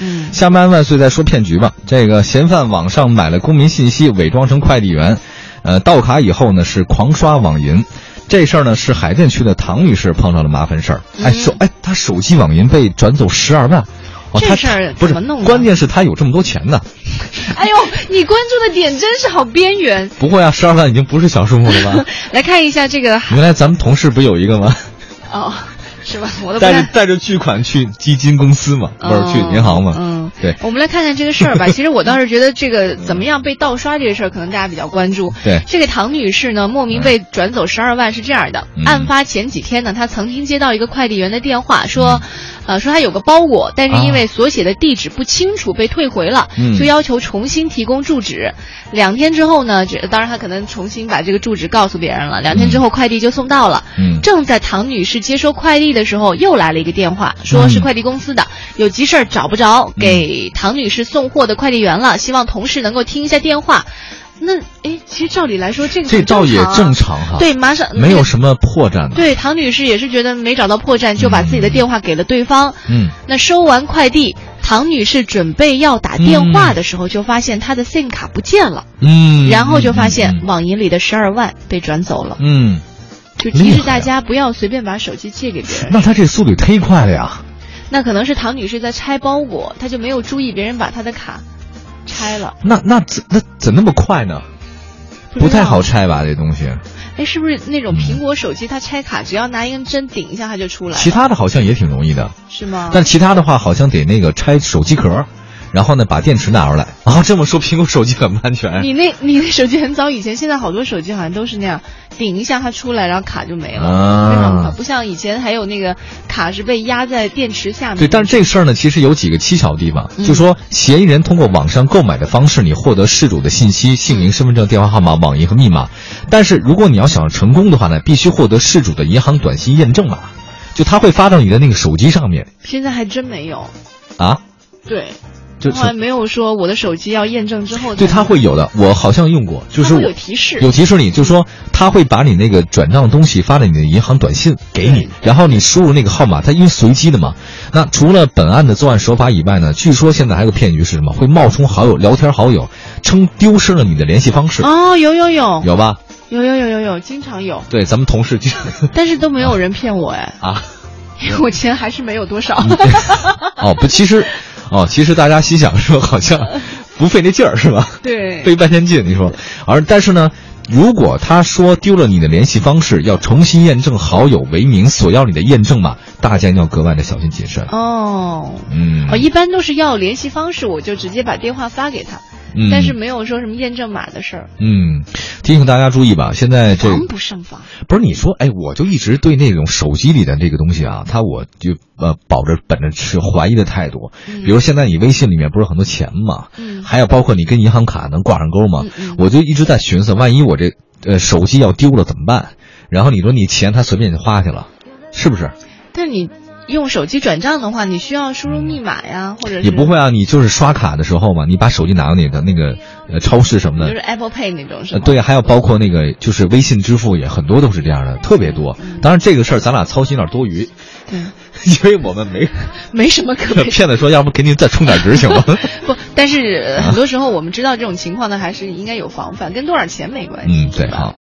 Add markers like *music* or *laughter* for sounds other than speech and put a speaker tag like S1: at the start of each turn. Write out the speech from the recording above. S1: 嗯
S2: 下班万岁再说骗局吧。这个嫌犯网上买了公民信息，伪装成快递员，呃，到卡以后呢是狂刷网银。这事儿呢是海淀区的唐女士碰上了麻烦事儿，哎
S1: 嗯
S2: 手哎她手机网银被转走十二万，哦
S1: 这
S2: 她
S1: 事儿
S2: 不是
S1: 怎么弄啊的
S2: 关键是她有这么多钱呢，
S1: *laughs* 哎呦，你关注的点真是好边缘。
S2: 不会啊，十二万已经不是小数目了吧？
S1: *laughs* 来看一下这个，
S2: 原来咱们同事不有一个吗？
S1: 哦，是哦吧？我都呃不
S2: 带着
S1: 太。
S2: 带着巨款去基金公司嘛，不是去银行嘛？
S1: 嗯，
S2: 对
S1: 我们来看看这个事儿
S2: *laughs*
S1: 吧。其实我倒是觉得这个怎么样被盗刷这个事儿，可能大家比较关注。
S2: *laughs* 对
S1: 这个唐女士呢，莫名被转走十二万是这样的：
S2: 嗯
S1: 案发前几天呢，她曾经接到一个快递员的电话，
S2: 嗯
S1: 说，呃，说她有个包裹，但是因为所写的地址不清楚，被退回了，
S2: 嗯
S1: 就要求重新提供住址。两天之后呢，这当然她可能重新把这个住址告诉别人了。两天之后，快递就送到了。
S2: 嗯
S1: 正在唐女士接收快递的时候，又来了一个电话，
S2: 嗯
S1: 说是快递公司的，有急事儿找不着，给唐女士送货的快递员了，希望同事能够听一下电话。那哎，其实照理来说，这个
S2: 这
S1: 很
S2: 倒也
S1: 常啊
S2: 正常哈，
S1: 对，，马上
S2: 没
S1: 那
S2: 有
S1: 个
S2: 什么破绽啊的。
S1: 对，唐女士也是觉得没找到破绽，就把自己的电话给了对方。
S2: 嗯，
S1: 那收完快递，唐女士准备要打电话的时候，就发现她的 SIM 卡不见了，
S2: 嗯，
S1: 然后就发
S2: 嗯
S1: 现网银里的十二万被转走了。
S2: 嗯，
S1: 就提
S2: 厉害
S1: 示
S2: 啊
S1: 大家不要随便把手机借给别人。
S2: 那他这速度忒快了呀！
S1: 那可能是唐女士在拆包裹，她就没有注意别人把她的卡拆了，
S2: 那那怎那怎那么快呢？不太好
S1: 拆。
S2: 拆吧，这东西。
S1: 哎，是不是那种苹果手机它拆卡，只要拿一根针顶一下它就出来
S2: 其
S1: 了，
S2: 他的好像也挺容易的，
S1: 是吗？
S2: 但其他的话好像得那个拆手机壳，然后呢把电池拿出来。啊，这么说苹果手机很不安全
S1: 你那你那手机很早以前，现在好多手机好像都是那样，顶一下它出来，然后卡就没了，非常快。
S2: 啊？
S1: 不像以前还有那个卡是被压在电池下面。
S2: 对，但是这个事儿呢，其实有几个蹊跷的地方，
S1: 嗯
S2: 就说嫌疑人通过网上购买的方式，你获得事主的信息、姓名、身份证、电话号码、网银和密码。但是如果你要想成功的话呢，必须获得事主的银行短信验证码，就他会发到你的那个手机上面
S1: 现在还真没有。
S2: 啊，
S1: 对，
S2: 就
S1: 后来没有说我的手机要验证之后才能，
S2: 对，他会有的。我好像用过，就
S1: 它
S2: 是
S1: 会
S2: 我
S1: 有提示，
S2: 有提示你，就说他会把你那个转账的东西发到你的银行短信给你
S1: 对，
S2: 然后你输入那个号码，它因为随机的嘛。那除了本案的作案手法以外呢，据说现在还有个骗局是什么？会冒充好友、聊天好友，称丢失了你的联系方式，
S1: 哦，有有有
S2: 有吧？
S1: 有有有有有，经常有，
S2: 对，咱们同事就
S1: 但是都没有人骗我哎， *laughs*
S2: 啊，
S1: 因为我钱还是没有多少。
S2: 哦不，其实，哦其实大家心想说好像不费那劲儿是吧？
S1: *laughs* 对，
S2: 费半天劲，你说，而但是呢，如果他说丢了你的联系方式，要重新验证好友为名索要你的验证码，大家一定要格外的小心谨慎。
S1: 哦。
S2: 嗯
S1: 哦，，一般都是要联系方式，我就直接把电话发给他，
S2: 嗯
S1: 但是没有说什么验证码的事儿，
S2: 嗯，提醒大家注意吧，现在这
S1: 防不胜防。
S2: 不是你说，哎，我就一直对那种手机里的这个东西啊，它我就呃保着本着持怀疑的态度。
S1: 嗯
S2: 比如现在你微信里面不是很多钱嘛，
S1: 嗯
S2: 还有包括你跟银行卡能挂上钩吗？
S1: 嗯嗯
S2: 我就一直在寻思，万一我这呃手机要丢了怎么办？然后你说你钱他随便就花去了，是不是？
S1: 但你用手机转账的话，你需要输入密码呀，或者是
S2: 也不会啊，你就是刷卡的时候嘛，你把手机拿到你的那个呃超市什么
S1: 就是
S2: 的。
S1: Apple Pay 那种是
S2: 呃，
S1: 吗？
S2: 对，还有包括那个，就是微信支付也很多都是这样的，特别多。当然这个事儿咱俩操心有点多余， *laughs*
S1: 对，
S2: 因为我们没
S1: 嗯
S2: *laughs*
S1: 没什么可
S2: 骗子说，要不给你再充点值行吗？ *laughs*
S1: 不，但是呃很多时候我们知道这种情况呢，还是应该有防范，跟多少钱没关系。
S2: 嗯，对，
S1: 吧
S2: 好。